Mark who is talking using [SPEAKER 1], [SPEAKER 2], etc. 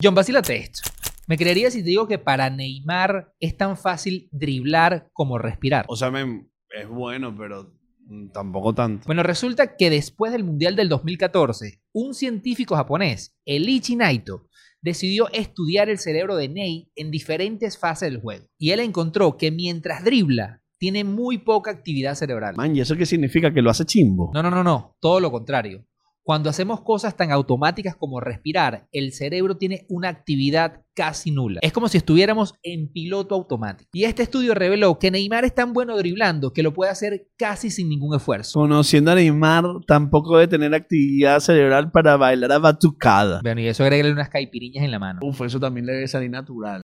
[SPEAKER 1] John, vacílate esto. Me creería si te digo que para Neymar es tan fácil driblar como respirar.
[SPEAKER 2] O sea, men, es bueno, pero mm, tampoco tanto.
[SPEAKER 1] Bueno, resulta que después del Mundial del 2014, un científico japonés, Elichi Naito, decidió estudiar el cerebro de Ney en diferentes fases del juego. Y él encontró que mientras dribla, tiene muy poca actividad cerebral.
[SPEAKER 2] Man, ¿y eso qué significa? ¿Que lo hace chimbo?
[SPEAKER 1] No, no, no, no, todo lo contrario. Cuando hacemos cosas tan automáticas como respirar, el cerebro tiene una actividad casi nula. Es como si estuviéramos en piloto automático. Y este estudio reveló que Neymar es tan bueno driblando que lo puede hacer casi sin ningún esfuerzo.
[SPEAKER 2] Conociendo a Neymar, tampoco debe tener actividad cerebral para bailar a batucada.
[SPEAKER 1] Bueno, y eso agregarle unas caipiriñas en la mano.
[SPEAKER 2] Uf, eso también le debe salir natural.